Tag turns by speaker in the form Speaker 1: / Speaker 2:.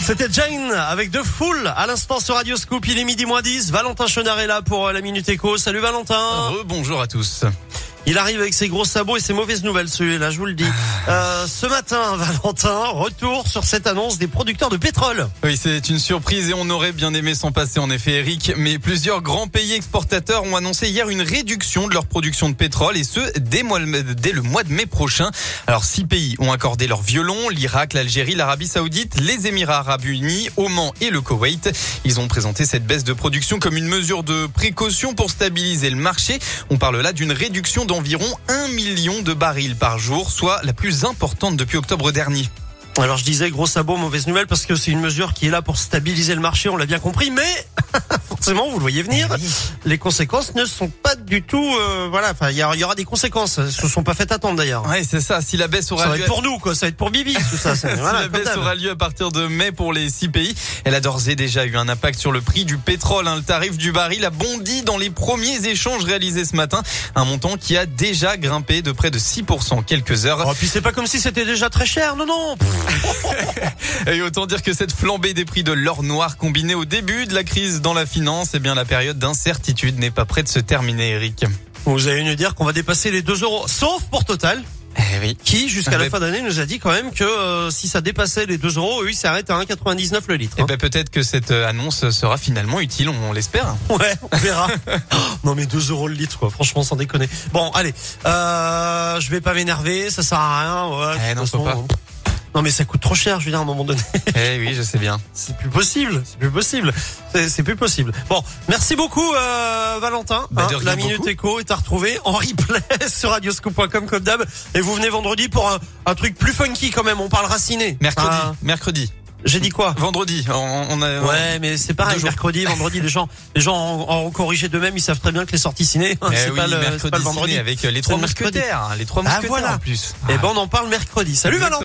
Speaker 1: C'était Jane avec De Foule à l'instant sur Radio Scoop. Il est midi moins 10. Valentin Chenard est là pour euh, la Minute Éco. Salut Valentin.
Speaker 2: Bonjour à tous.
Speaker 1: Il arrive avec ses gros sabots et ses mauvaises nouvelles, celui-là, je vous le dis. Euh, ce matin, Valentin, retour sur cette annonce des producteurs de pétrole.
Speaker 2: Oui, c'est une surprise et on aurait bien aimé s'en passer en effet, Eric. Mais plusieurs grands pays exportateurs ont annoncé hier une réduction de leur production de pétrole et ce, dès, mois- dès le mois de mai prochain. Alors, six pays ont accordé leur violon, l'Irak, l'Algérie, l'Arabie Saoudite, les Émirats Arabes Unis, Oman et le Koweït. Ils ont présenté cette baisse de production comme une mesure de précaution pour stabiliser le marché. On parle là d'une réduction d'environ 1 million de barils par jour, soit la plus importante depuis octobre dernier.
Speaker 1: Alors je disais gros sabots, mauvaise nouvelle, parce que c'est une mesure qui est là pour stabiliser le marché, on l'a bien compris, mais forcément, vous le voyez venir,
Speaker 2: Eh
Speaker 1: les conséquences ne sont pas du tout... euh, voilà, enfin, il y, a- il y aura des conséquences. Elles se sont pas faites attendre d'ailleurs.
Speaker 2: Ouais, c'est ça. Si la baisse
Speaker 1: Ça
Speaker 2: aura
Speaker 1: va
Speaker 2: lieu
Speaker 1: être pour nous, quoi. Ça va être pour Bibi, tout ça. C'est-
Speaker 2: Si
Speaker 1: voilà,
Speaker 2: la
Speaker 1: comme
Speaker 2: baisse
Speaker 1: d'hab.
Speaker 2: aura lieu à partir de mai pour les six pays. Elle a d'ores et déjà eu un impact sur le prix du pétrole. hein. Le tarif du baril a bondi dans les premiers échanges réalisés ce matin. Un montant qui a déjà grimpé de près de 6% en quelques heures.
Speaker 1: Oh, puis c'est pas comme si c'était déjà très cher, non, non. Pff,
Speaker 2: Et autant dire que cette flambée des prix de l'or noir combinée au début de la crise dans la finance, eh bien la période d'incertitude n'est pas près de se terminer, Eric.
Speaker 1: Vous allez nous dire qu'on va dépasser les 2 euros, sauf pour Total,
Speaker 2: Eh oui.
Speaker 1: qui jusqu'à la
Speaker 2: Ouais.
Speaker 1: fin d'année nous a dit quand même que euh, si ça dépassait les 2 euros, eux, ils s'arrêtent à 1,99 le litre.
Speaker 2: Eh
Speaker 1: hein.
Speaker 2: ben peut-être que cette euh, annonce sera finalement utile, on on l'espère.
Speaker 1: Ouais, on verra. Oh, non mais 2 euros le litre, quoi. franchement, sans déconner. Bon, allez, euh, je vais pas m'énerver, ça sert à rien. Ouais,
Speaker 2: Eh
Speaker 1: de
Speaker 2: non,
Speaker 1: toute
Speaker 2: faut
Speaker 1: façon, hein. Non mais ça coûte trop cher, je veux dire, à un moment donné.
Speaker 2: Eh oui, je sais bien.
Speaker 1: C'est plus possible, c'est plus possible, c'est c'est plus possible. Bon, merci beaucoup euh, Valentin.
Speaker 2: Bah, de rien,
Speaker 1: la minute
Speaker 2: beaucoup.
Speaker 1: éco est à retrouver en replay sur radioscoop.com comme d'hab. Et vous venez vendredi pour un, un truc plus funky quand même. On parle raciné.
Speaker 2: Mercredi,
Speaker 1: Ah,
Speaker 2: mercredi,
Speaker 1: J'ai dit quoi
Speaker 2: vendredi, on, on a.
Speaker 1: Ouais, mais c'est pareil.
Speaker 2: Deux jours.
Speaker 1: Mercredi, vendredi, les gens, les gens ont, ont corrigé d'eux-mêmes. Ils savent très bien que les sorties ciné, hein,
Speaker 2: Eh
Speaker 1: c'est
Speaker 2: oui,
Speaker 1: pas, le- c'est
Speaker 2: mercredi
Speaker 1: pas le
Speaker 2: ciné
Speaker 1: vendredi.
Speaker 2: avec euh, les
Speaker 1: C'est
Speaker 2: trois
Speaker 1: mercredi.
Speaker 2: mousquetaires, hein, les trois
Speaker 1: Ah,
Speaker 2: mousquetaires
Speaker 1: voilà.
Speaker 2: en plus.
Speaker 1: Et ben on en parle mercredi. Salut Valentin.